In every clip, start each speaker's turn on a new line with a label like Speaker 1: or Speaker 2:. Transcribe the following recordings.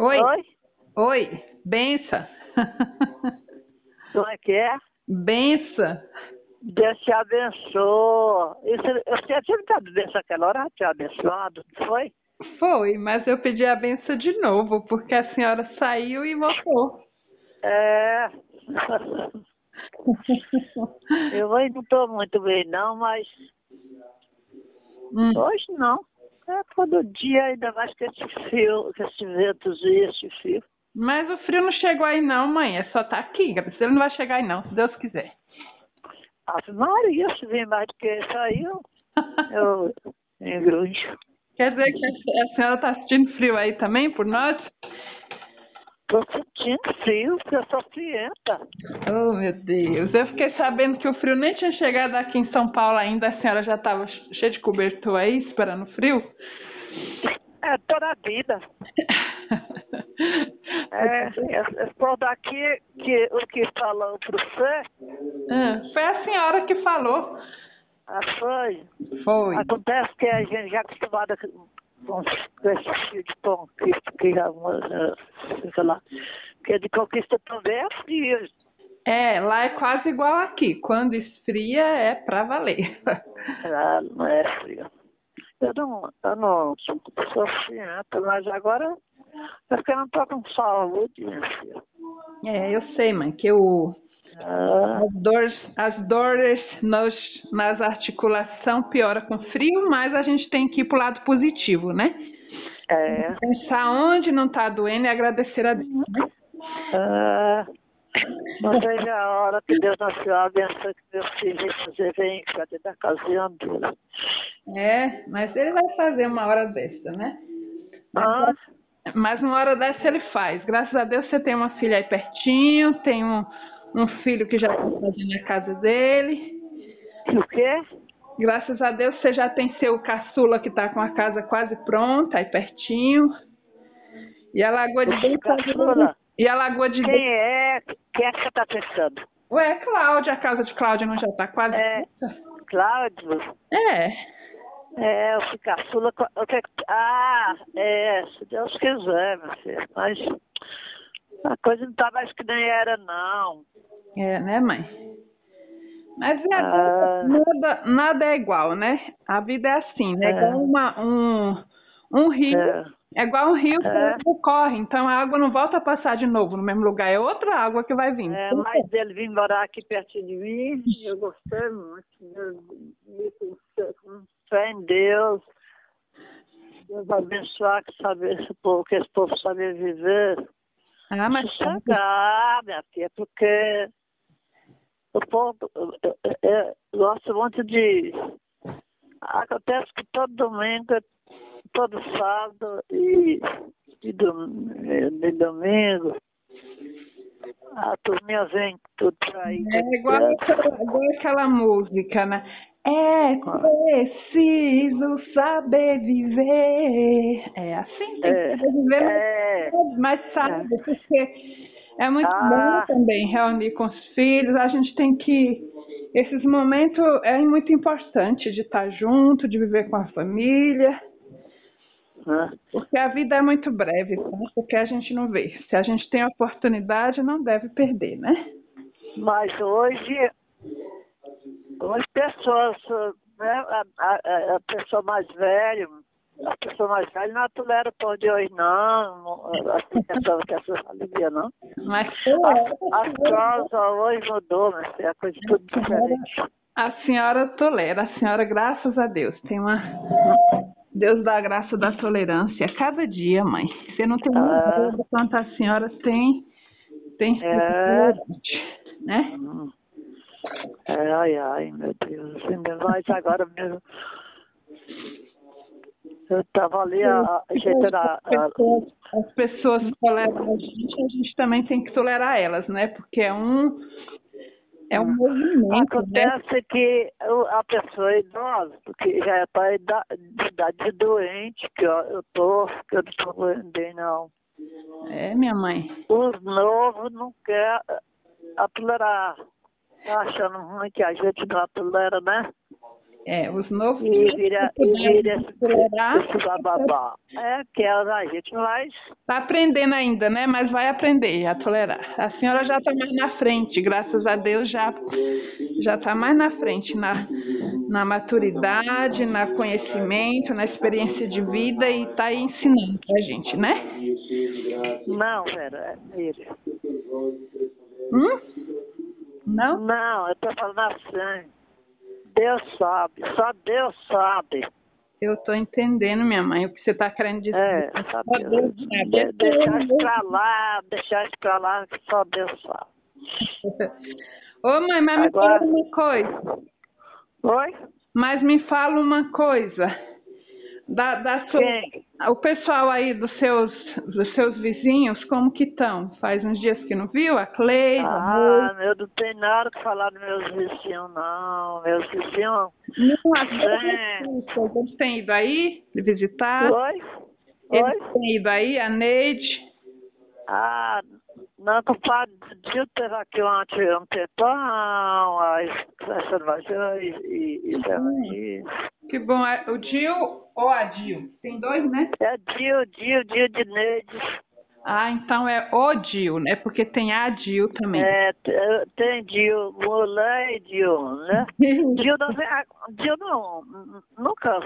Speaker 1: Oi,
Speaker 2: Oi?
Speaker 1: oi, bença,
Speaker 2: Como é que é?
Speaker 1: bença.
Speaker 2: Deus te abençoe. Isso- eu tinha tinha me dado benção naquela hora, te abençoado, não foi?
Speaker 1: Foi, mas eu pedi a benção de novo, porque a senhora saiu e voltou.
Speaker 2: É. Eu hoje não estou muito bem, não, mas
Speaker 1: Hum,
Speaker 2: hoje não. É todo dia, ainda mais que esse fio, que esse ventozinho, esse fio.
Speaker 1: Mas o frio não chegou aí não, mãe, é só tá aqui, Gabriela não vai chegar aí não, se Deus quiser.
Speaker 2: Ave Maria, se vem mais do que isso aí, eu, eu engrudo.
Speaker 1: Quer dizer que a a senhora tá sentindo frio aí também por nós?
Speaker 2: Estou sentindo frio, porque eu sou frienta.
Speaker 1: Oh, meu Deus, eu fiquei sabendo que o frio nem tinha chegado aqui em São Paulo ainda, a senhora já estava cheia de cobertor aí, esperando o frio?
Speaker 2: É toda a vida. É, é, é só daqui que o que falou para você,
Speaker 1: Ah, Foi a senhora que falou.
Speaker 2: a foi.
Speaker 1: Foi.
Speaker 2: Acontece que a gente já é acostumada com com esse fio de pão que, que é uma, eh, sei lá, que é de conquista também é frio.
Speaker 1: É, lá é quase igual aqui. Quando esfria é pra valer.
Speaker 2: Ah, não é frio. Eu não, eu não sou sou frienta, mas agora eu porque eu não estou com saúde, minha filha.
Speaker 1: É, eu sei, mãe, que o,
Speaker 2: Ah,
Speaker 1: as dores, as dores nos, nas articulações piora com frio, mas a gente tem que ir pro lado positivo, né?
Speaker 2: é.
Speaker 1: Pensar onde não tá doendo e agradecer a Deus. né?
Speaker 2: Ah, não seja a hora que Deus não se abençoe, que Deus te você vem para dentro da casinha dura.
Speaker 1: É, mas ele vai fazer uma hora dessa, né?
Speaker 2: Ah,
Speaker 1: Mas uma hora dessa ele faz. Graças a Deus você tem uma filha aí pertinho, tem um, um filho que já está fazendo a casa dele.
Speaker 2: o quê?
Speaker 1: Graças a Deus você já tem seu caçula que está com a casa quase pronta, aí pertinho. E a Lagoa de
Speaker 2: O
Speaker 1: Deus.
Speaker 2: caçula?
Speaker 1: E a Lagoa de Deus.
Speaker 2: Quem é? Quem é que você está pensando?
Speaker 1: Ué, Cláudia, a casa de Cláudia não já está quase
Speaker 2: É,
Speaker 1: pronta?
Speaker 2: Cláudio?
Speaker 1: É.
Speaker 2: É, o caçula. O que, ah, é, se Deus quiser, meu filho. Mas a coisa não está mais que nem era, não.
Speaker 1: É, né, mãe? Mas é,
Speaker 2: Ah.
Speaker 1: nada, nada é igual, né? A vida é assim, né? É
Speaker 2: É.
Speaker 1: igual uma, um, um rio.
Speaker 2: É.
Speaker 1: É igual um rio que
Speaker 2: É.
Speaker 1: ele não corre, então a água não volta a passar de novo no mesmo lugar, é outra água que vai Então, vir.
Speaker 2: É, mas ele vim morar aqui perto de mim, eu gostei muito. Eu me confe- com fé em Deus. Deus abençoar que, saber, esse povo, que esse povo saber viver.
Speaker 1: Ah, mas
Speaker 2: Sossegar, é minha filha, porque o povo eh, eh, eh, gosta muito de. Acontece que todo domingo, todo sábado e, e, dom- e- e domingo, a turminha vem tudo pra aí.
Speaker 1: é igual, aquela- igual aquela música, né? É preciso saber viver. É assim, tem que
Speaker 2: É,
Speaker 1: saber viver,
Speaker 2: é,
Speaker 1: mas, mas sabe, porque é muito bom
Speaker 2: Ah.
Speaker 1: também reunir com os filhos, a gente tem que. Esses momentos é muito importante de estar junto, de viver com a família.
Speaker 2: né?
Speaker 1: Porque a vida é muito breve, tá? porque a gente não vê. Se a gente tem a oportunidade, não deve perder, né?
Speaker 2: Mas hoje, hoje pessoas, né, a, a- a- a pessoa mais velha, a pessoa mais velha não tolera o pão de hoje, não. não, Assim, essa, essa alegria, não.
Speaker 1: Mas
Speaker 2: As causas hoje mudou, mas é a coisa tudo diferente.
Speaker 1: a senhora tolera, a senhora, graças a Deus, tem uma. Deus dá a graça da tolerância a cada dia, mãe. Você não tem
Speaker 2: Ah.
Speaker 1: ideia do quanto a senhora tem, tem sido
Speaker 2: É.
Speaker 1: tolerante, né?
Speaker 2: Hum. É, ai, ai, meu Deus. Ainda mais agora mesmo. Eu estava ali a- ajeitando a, a,
Speaker 1: As pessoas- As pessoas toleram a gente, a gente também tem que tolerar elas, né? Porque é um, é um movimento, né?
Speaker 2: Ah. Acontece é que o- a pessoa é idosa, porque já está de idade doente, que ó, eu tô, que eu não estou doendo bem, não.
Speaker 1: É, minha mãe.
Speaker 2: Os novos não querem eh, atolerar. Tá achando ruim que a gente não atolera, né?
Speaker 1: É, os novos
Speaker 2: E vira, e vira esse, esse
Speaker 1: tolerar.
Speaker 2: bababá. É, que ela, a gente vai.
Speaker 1: Está tá aprendendo ainda, né? Mas vai aprender a tolerar. A senhora já está mais na frente, graças a Deus já já está mais na frente na, na maturidade, na conhecimento, na experiência de vida e está aí ensinando para a gente, né?
Speaker 2: Não, Vera, é, vira.
Speaker 1: Hum? Não?
Speaker 2: Não, eu tô falando assim. Deus sabe, só Deus sabe.
Speaker 1: Eu estou entendendo, minha mãe, o que você está querendo dizer.
Speaker 2: É, só
Speaker 1: Só Deus
Speaker 2: Deus.
Speaker 1: sabe.
Speaker 2: De- tá deixar isso pra lá, deixar isso pra lá, que só Deus sabe.
Speaker 1: Ô mãe, mas me
Speaker 2: Agora-
Speaker 1: fala uma coisa.
Speaker 2: Oi?
Speaker 1: Mas me fala uma coisa. Da, da sua,
Speaker 2: Quem?
Speaker 1: o pessoal aí dos seus, dos seus vizinhos, como que estão? Faz uns dias que não viu? A Cleide, a
Speaker 2: Ah,
Speaker 1: Rose.
Speaker 2: eu não tenho nada que falar dos meus vizinhos, não. Meus vizinhos.
Speaker 1: Não, as
Speaker 2: É.
Speaker 1: pessoas, eles têm ido aí visitar?
Speaker 2: Oi?
Speaker 1: Eles
Speaker 2: Oi?
Speaker 1: têm ido aí, a Neide?
Speaker 2: Ah, não, compadre, Dil teve aqui ontem um tempão, a cerveja e cerveja.
Speaker 1: Que bom, é o Dil ou a Dil? Tem dois, né?
Speaker 2: É Dil, Dil, Dil de Neide.
Speaker 1: Ah, então é o Dil, né? Porque tem a Dil também.
Speaker 2: É, t- eh, tem Dil, Mulher e Dil, né? Dil não, vem a- Dil ah, não, n- nunca.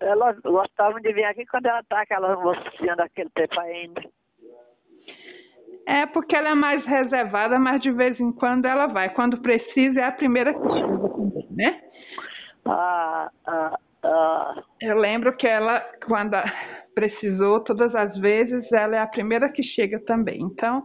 Speaker 2: Ela gostava de vir aqui quando ela tá aquela mocinha daquele tempo ainda.
Speaker 1: É porque ela é mais reservada, mas de vez em quando ela vai. Quando precisa, é a primeira que chega também, né?
Speaker 2: Ah, ah, ah,
Speaker 1: Eu lembro que ela, quando a- precisou, todas as vezes, ela é a primeira que chega também. Então,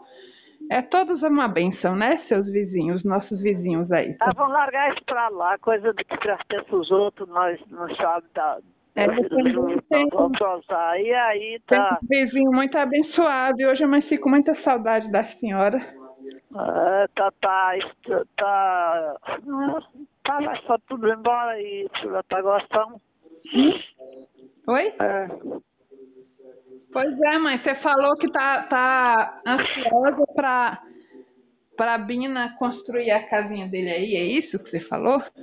Speaker 1: é todos uma benção, né? Seus vizinhos, nossos vizinhos aí.
Speaker 2: ah, vamos largar isso pra lá, coisa do que pertence os outros, nós não sabe da.
Speaker 1: É,
Speaker 2: dos-
Speaker 1: você não
Speaker 2: dos-
Speaker 1: tem-
Speaker 2: Vamos usar. E aí
Speaker 1: Tem
Speaker 2: tá.
Speaker 1: um vizinho muito abençoado e hoje eu mãe fico com muita saudade da senhora.
Speaker 2: É, tá, tá, isso, tá, tá, vai só tudo embora e ela tá gostando.
Speaker 1: Oi?
Speaker 2: É.
Speaker 1: Pois é, mãe, você falou que tá, tá ansiosa para para Bina construir a casinha dele aí, é isso que você falou?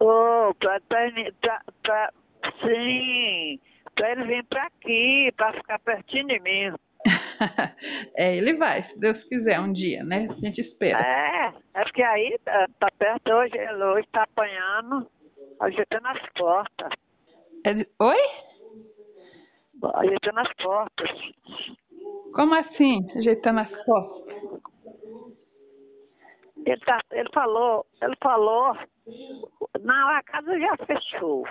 Speaker 2: Oh, pra, pra, ele- pra, pra, sim, pra ele vir pra aqui, pra ficar pertinho de mim.
Speaker 1: é, ele vai, se Deus quiser, um dia, né? A gente espera.
Speaker 2: É, é porque aí tá, tá perto hoje, ele hoje tá apanhando, ajeitando as portas, É.
Speaker 1: Ele- Oi?
Speaker 2: ajeitando as tá portas.
Speaker 1: Como assim? Ajeitando as costas.
Speaker 2: Ele, tá, ele falou, ele falou, não, a casa já fechou.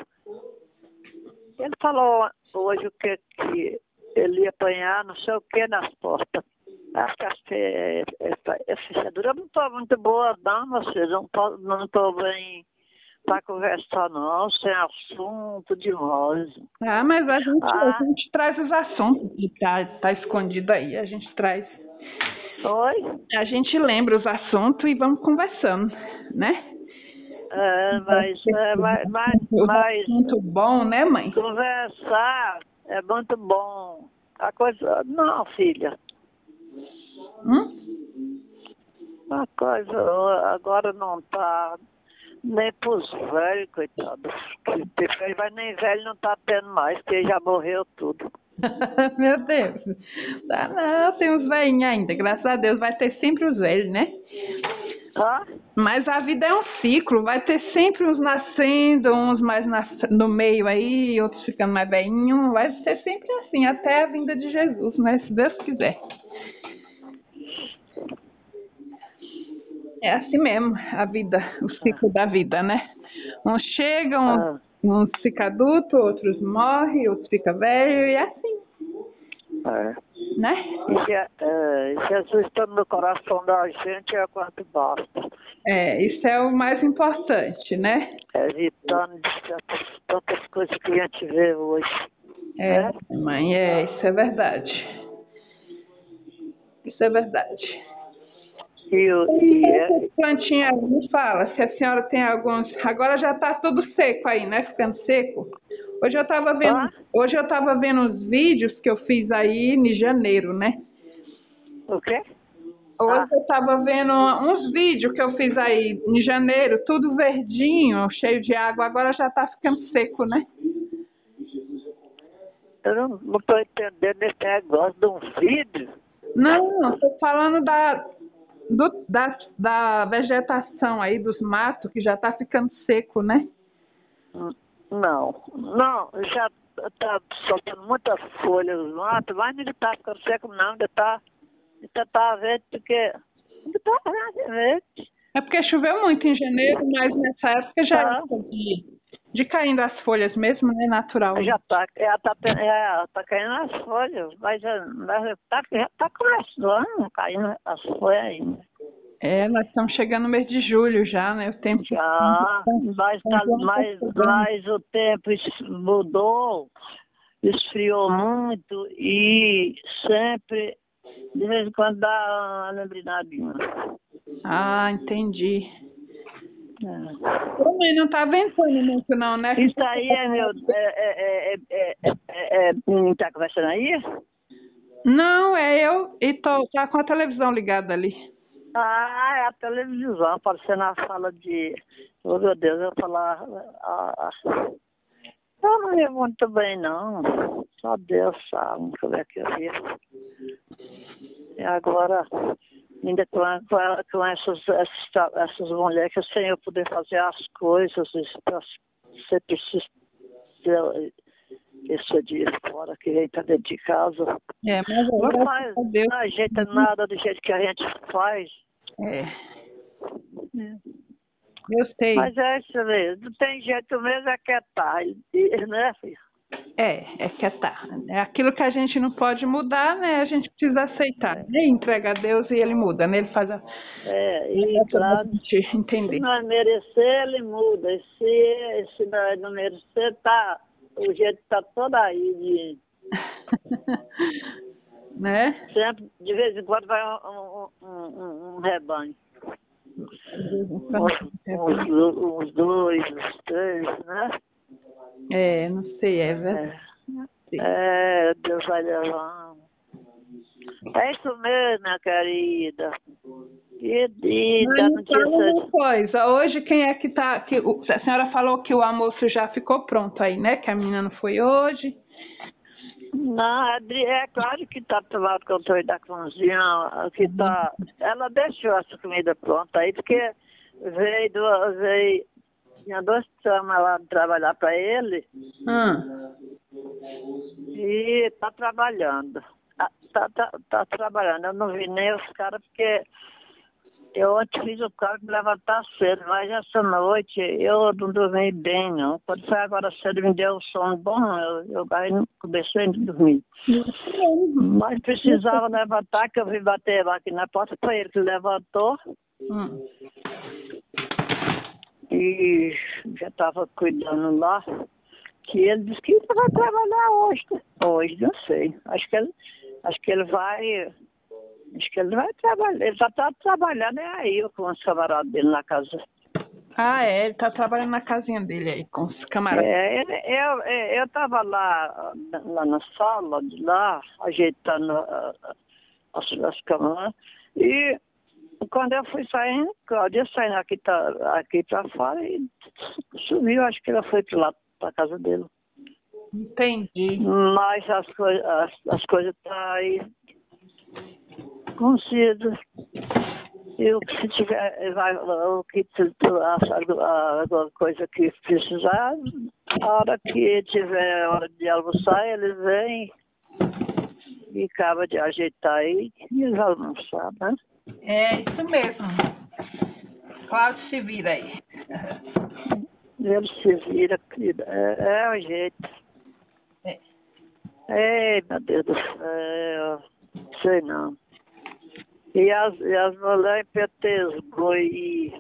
Speaker 2: Ele falou hoje o que, que ele ia apanhar, não sei o que, nas portas. Acho que acho que essa, essa fechadura não está muito boa, não, meu filho. Não estou não tô bem para conversar, não, sem assunto de voz.
Speaker 1: Ah, mas a gente,
Speaker 2: Ah.
Speaker 1: a gente traz os assuntos que tá, tá escondido aí, a gente traz.
Speaker 2: Oi?
Speaker 1: A gente lembra os assuntos e vamos conversando, né?
Speaker 2: É, mas, é, mas, mas, mas
Speaker 1: Muito bom, né, mãe?
Speaker 2: conversar é muito bom. A coisa. Não, filha.
Speaker 1: Hum?
Speaker 2: A coisa agora não tá nem pros velhos, coitados. Que velho vai nem velho não tá tendo mais, porque já morreu tudo.
Speaker 1: Meu Deus. Tá, não, tem uns velhinhos ainda. Graças a Deus vai ter sempre os velhos, né?
Speaker 2: Hã?
Speaker 1: Mas a vida é um ciclo, vai ter sempre uns nascendo, uns mais na- no meio aí, outros ficando mais velhinho. Vai ser sempre assim, até a vinda de Jesus, né? Se Deus quiser. É assim mesmo, a vida, o ciclo da vida, né? Uns chegam,
Speaker 2: Ah,
Speaker 1: uns ficam adultos, outros morrem, outros ficam velhos, e é assim,
Speaker 2: é.
Speaker 1: né?
Speaker 2: E Je- é, Jesus estando no coração da gente é quanto basta.
Speaker 1: É, isso é o mais importante, né?
Speaker 2: É Evitando de tantas, tantas coisas que a gente vê hoje.
Speaker 1: É,
Speaker 2: É.
Speaker 1: mãe, é, isso é verdade. Isso é verdade.
Speaker 2: E, o- e é,
Speaker 1: Plantinha, me fala, se a senhora tem alguns. Agora já tá tudo seco aí, né? Ficando seco. Hoje eu tava vendo,
Speaker 2: Ah.
Speaker 1: hoje eu tava vendo uns vídeos que eu fiz aí em janeiro, né?
Speaker 2: o quê?
Speaker 1: Hoje eu estava vendo uns vídeos que eu fiz aí em janeiro, tudo verdinho, cheio de água, agora já está ficando seco, né?
Speaker 2: Eu não estou entendendo esse negócio de um vídeo.
Speaker 1: Não, estou falando da, do- da, da vegetação aí, dos matos, que já está ficando seco, né?
Speaker 2: Não, não, já está soltando muitas folhas no mato, mas não está ficando seco não, ainda está ainda tá verde porque ainda tá está verde.
Speaker 1: É porque choveu muito em janeiro, mas nessa época já era
Speaker 2: Ah.
Speaker 1: de, de caindo as folhas mesmo, né? Natural.
Speaker 2: Já está já tá, pe- é, tá caindo as folhas, mas já está já tá começando a cair as folhas ainda.
Speaker 1: É, nós estamos chegando no mês de julho já, né? O tempo.
Speaker 2: Já, mas, tá, mas, mas o tempo es- mudou, esfriou muito e sempre, de vez em quando, dá uma lembrinadinha.
Speaker 1: Ah, entendi.
Speaker 2: É.
Speaker 1: Também não tá ventando muito, não, né?
Speaker 2: Isso aí é meu. É, é, é, é, é, é, é, hum, tá conversando aí?
Speaker 1: Não, é eu e tô tá com a televisão ligada ali.
Speaker 2: Ah, é a televisão, aparecendo na sala de. Oh, meu Deus, eu vou falar. ah, ah. eu não ia muito bem, não. Só Deus sabe como é que eu ia. E agora, ainda com, a- com, a- com essas, essas, tra- essas mulheres, que sem eu poder fazer as coisas, isso- pra- você precisa. ter- Esse dia fora que vem pra dentro de casa.
Speaker 1: É, mas eu
Speaker 2: Não
Speaker 1: graças
Speaker 2: faz,
Speaker 1: a Deus.
Speaker 2: não ajeita nada do jeito que a gente faz.
Speaker 1: É. Eu sei.
Speaker 2: Mas é isso mesmo. Não tem jeito mesmo, é que é tarde, né, filha?
Speaker 1: É, é que tá. É aquilo que a gente não pode mudar, né? A gente precisa aceitar. Né? Entrega a Deus e ele muda, né? Ele faz a.
Speaker 2: É,
Speaker 1: é
Speaker 2: e
Speaker 1: pra
Speaker 2: claro,
Speaker 1: gente
Speaker 2: se
Speaker 1: entender.
Speaker 2: não é merecer, ele muda. E se, se não é não merecer, tá, o jeito tá todo aí. de-
Speaker 1: né?
Speaker 2: sempre, de vez em quando, vai um, um, um, um rebanho.
Speaker 1: um
Speaker 2: Uns, uns do- uns dois, uns três, né?
Speaker 1: É, não sei, é verdade.
Speaker 2: É. É, Deus vai levando. É isso mesmo, minha querida. E, e
Speaker 1: Mas
Speaker 2: tá
Speaker 1: me
Speaker 2: no dia
Speaker 1: fala uma
Speaker 2: certo.
Speaker 1: coisa, hoje quem é que tá que o- a senhora falou que o almoço já ficou pronto aí, né? Que a menina não foi hoje.
Speaker 2: Não, é, de- é claro que está tomado controle da cozinha, que tá, ela deixou essa comida pronta aí, porque veio, do, veio tinha dois chamas lá de trabalhar para ele
Speaker 1: Hum.
Speaker 2: e está trabalhando. Está tá, tá trabalhando, eu não vi nem os caras, porque eu ontem fiz o cara me levantar cedo, mas essa noite eu não dormi bem, não. Quando foi agora cedo, me deu um sono bom, eu, eu aí não comecei a dormir. Mas precisava levantar, que eu vim bater aqui na porta, foi ele que levantou
Speaker 1: Hum.
Speaker 2: e já estava cuidando lá. Que ele disse que ele vai trabalhar hoje. né? Hoje, não sei. Acho que ele, acho que ele vai. Acho que ele vai trabalhar. Ele já está trabalhando é aí com os camaradas dele na casa.
Speaker 1: Ah, é, ele tá trabalhando na casinha dele aí com os camaradas.
Speaker 2: É, ele- eu, é, eu estava lá, lá na sala, de lá, ajeitando ah, ah, as, as camas, e quando eu fui saindo, Cláudia saindo aqui, tá, aqui para fora e subiu, acho que ela foi para lá, para casa dele.
Speaker 1: Entendi.
Speaker 2: Mas as, coi- as, as coisas estão aí consigo. E o que se tiver, vai, o que se tu acha, alguma alguma coisa que precisar, a hora que tiver hora de almoçar, ele vem e acaba de ajeitar aí e eles almoçar, né?
Speaker 1: É isso mesmo. Cláudio se vira aí.
Speaker 2: Ele se vira, querida. É, é o jeito.
Speaker 1: É.
Speaker 2: Ei, meu Deus do céu. Sei não. E as, e as mulheres petesgou e.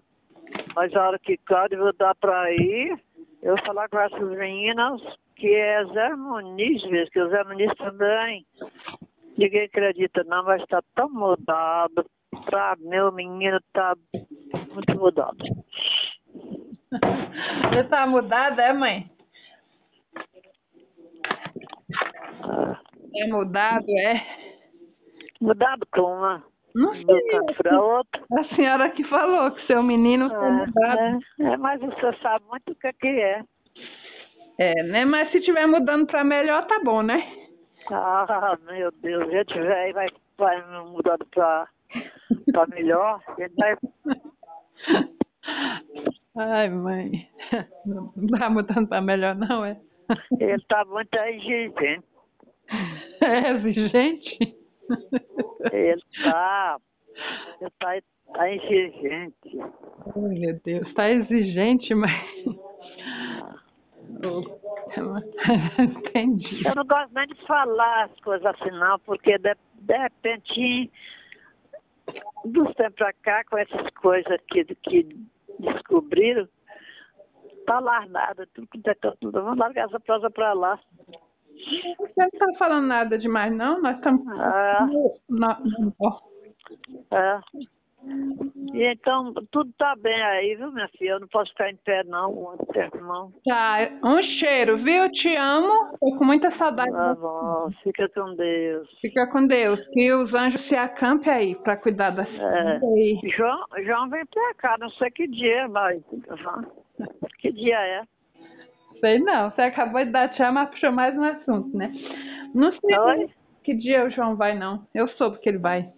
Speaker 2: Mas a hora que Cláudio vou dar pra ir, eu vou falar com essas meninas que é Zé Muniz mesmo, que o Zé Muniz também. Ninguém acredita não, mas tá tão mudado. Pra meu menino tá muito mudado.
Speaker 1: Você tá mudada, é, mãe?
Speaker 2: Ah,
Speaker 1: É mudado, é.
Speaker 2: mudado como?
Speaker 1: Não
Speaker 2: de
Speaker 1: sei. é
Speaker 2: um canto para outro.
Speaker 1: A senhora que falou que seu menino foi mudado.
Speaker 2: É, é, é, mas você sabe muito o que, que é.
Speaker 1: É, né? Mas se tiver mudando para melhor, tá bom, né?
Speaker 2: Ah, meu Deus, gente velho vai, vai mudando para
Speaker 1: Tá.
Speaker 2: pra melhor. Ele vai,
Speaker 1: Ai, mãe. Não tá mudando para melhor, não, é?
Speaker 2: ele tá muito exigente.
Speaker 1: É exigente?
Speaker 2: Ele tá, ele tá, tá exigente.
Speaker 1: Oh, meu Deus, tá exigente, mas. É. Entendi.
Speaker 2: Eu não gosto nem de falar as coisas assim não, porque de, de repente, dos tempos pra cá, com essas coisas que, que descobriram, tá largada, tudo que tá tudo. Vamos largar essa prosa pra lá.
Speaker 1: Você não tá falando nada demais, não? Nós estamos.
Speaker 2: Ah.
Speaker 1: Na- na-
Speaker 2: É. E então, tudo tá bem aí, viu, minha filha? Eu não posso ficar em pé não, muito tempo não.
Speaker 1: Tá, um cheiro, viu? Te amo. Tô com muita saudade.
Speaker 2: Tá bom, fica com Deus.
Speaker 1: Fica com Deus. Que os anjos se acampem aí para cuidar da
Speaker 2: É.
Speaker 1: senhora aí.
Speaker 2: João, João vem pra cá, não sei que dia, mas. Que dia é?
Speaker 1: Sei não, você acabou de dar tchau, mas puxou mais um assunto, né? Não sei
Speaker 2: Oi?
Speaker 1: que dia o João vai, não. Eu soube que ele vai.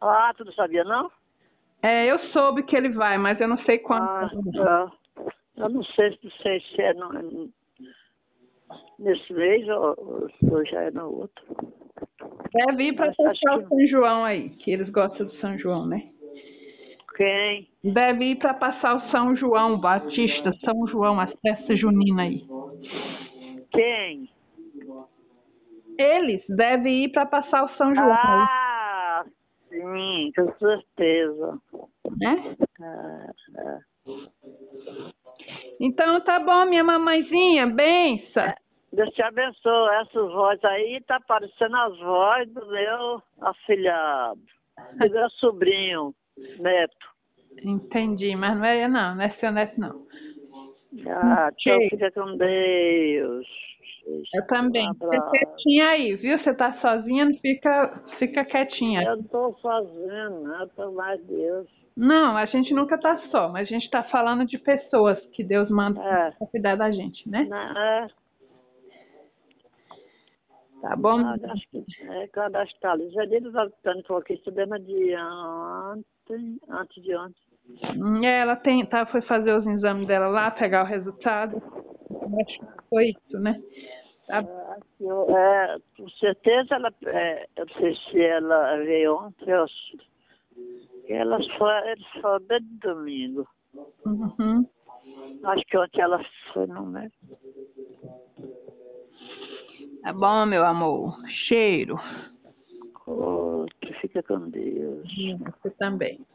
Speaker 2: Ah, tu não sabia não?
Speaker 1: É, eu soube que ele vai, mas eu não sei quando.
Speaker 2: Ah, tá. Eu não sei se sei se é no- nesse mês ou, ou já é no outro.
Speaker 1: Deve ir para
Speaker 2: Acho- acho
Speaker 1: passar o
Speaker 2: que-
Speaker 1: São João aí, que eles gostam do São João, né?
Speaker 2: Quem?
Speaker 1: Deve ir para passar o São João Batista, São João, as festas juninas aí.
Speaker 2: Quem?
Speaker 1: Eles devem ir para passar o São João aí,
Speaker 2: Ah, sim, com certeza.
Speaker 1: né?
Speaker 2: Ah, ah.
Speaker 1: Então tá bom, minha mamãezinha, benção.
Speaker 2: É. Deus te abençoe. Essas vozes aí tá parecendo as vozes do meu afilhado, do meu sobrinho, neto.
Speaker 1: Entendi, mas não é eu não, não é seu neto não.
Speaker 2: Ah, então
Speaker 1: Sei.
Speaker 2: fica com Deus.
Speaker 1: Eu também.
Speaker 2: Um
Speaker 1: Fica
Speaker 2: abraço.
Speaker 1: quietinha aí, viu? Você tá sozinha, não fica, fica quietinha.
Speaker 2: Eu não tô sozinho, não, pelo amor de Deus.
Speaker 1: Não, a gente nunca tá só, mas a gente tá falando de pessoas que Deus manda
Speaker 2: É.
Speaker 1: pra cuidar da gente, né?
Speaker 2: Né? É,
Speaker 1: Tá bom?
Speaker 2: eu acho que é quando as talas. Já dele vai ficando com aqui, problema é de ontem, antes de ontem.
Speaker 1: Hum, é, Ela tem, tá, foi fazer os exames dela lá, pegar o resultado. Eu Acho que foi isso, né? Tá bom.
Speaker 2: Ah, eu- É, com certeza ela, é, eu não sei se ela veio ontem, eu, acho. ela foi, eles foram desde domingo.
Speaker 1: Uhum.
Speaker 2: Acho que ontem ela foi, não é?
Speaker 1: Tá bom, meu amor. Cheiro.
Speaker 2: Oh, que fica com Deus.
Speaker 1: Você também.